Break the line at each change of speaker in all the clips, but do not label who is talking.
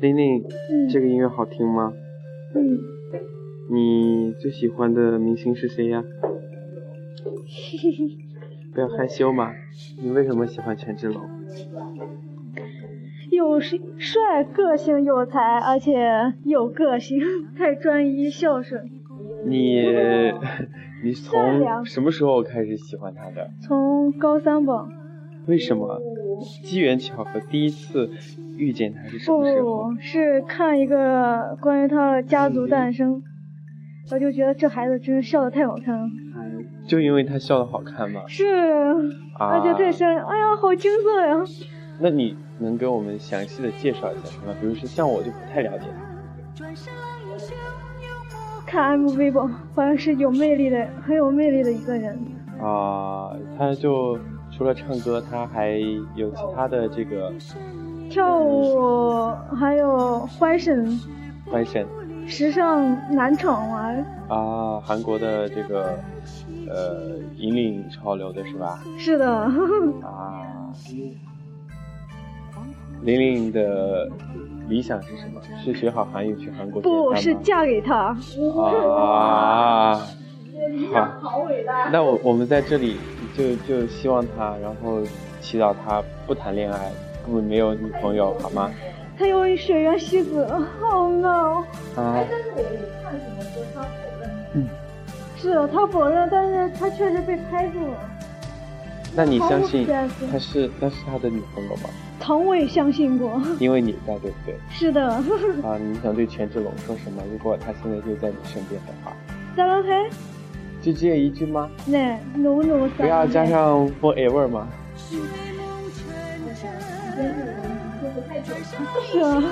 琳琳，
嗯
这个音乐好听吗？
嗯，
你最喜欢的明星是谁呀？不要害羞嘛，你为什么喜欢权志龙？
有是帅、个性、有才，而且有个性，太专一、孝顺。
你你
善良
从什么时候开始喜欢他的？
从高三吧，
为什么？机缘巧合，第一次遇见他是什
不
么时
不
候？嗯
不，是看一个关于他的家族诞生，我就觉得这孩子真是笑得太好看了，
就因为他笑得好看吗？
是，
啊
而，且太深，哎呀，好青涩呀！
那你能给我们详细的介绍一下吗？比如说像我就不太了解他。
看 MV 吧，好像是有魅力的，很有魅力的一个人。
啊，他就除了唱歌，他还有其他的这个
跳舞还有 fashion，
fashion
时尚男宠玩，
啊，韩国的这个呃引领潮流的是吧？
是的，
啊，玲玲的理想是什么？是学好韩语去韩国
不
见
是
他吗
嫁给他。
啊，
理想好伟大。
那我我们在这里就就希望他，然后祈祷他不谈恋爱，根本没有女朋友，好吗？
他有水原希子，Oh no！
啊，
但是我看什么说他否认，
是的，他否认，但是他确实被拍住了。
那你
毫
相
无
信
骗子
他是他是他的女朋友吗？
从未相信过。
因为你在，对不对？
是的，
啊，你想对权志龙说什么？如果他现在就在你身边的话，
再来陪
就这一句吗？
那努努
不要加上 forever 吗？
就是太久了。
是啊，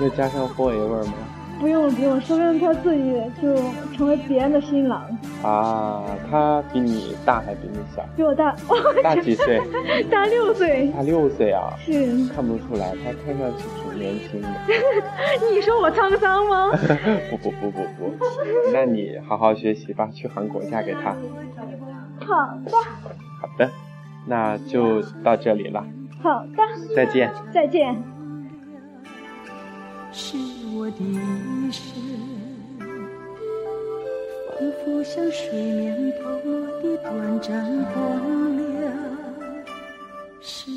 要加上 forever 吗？
不用不用，说不定他自己就成为别人的新郎，
啊，他比你大还比你小？
比我大，
大几岁？
大六岁。
他六岁啊，
是，你
看不出来，他看上去挺年轻的。
说我沧桑吗？
不不不不不，那你好好学习吧，去韩国嫁给他。
好吧，
好的，那就到这里了，
好的，
再见。
再见。
是我的一生，仿佛像水面泡沫的短暂光亮，是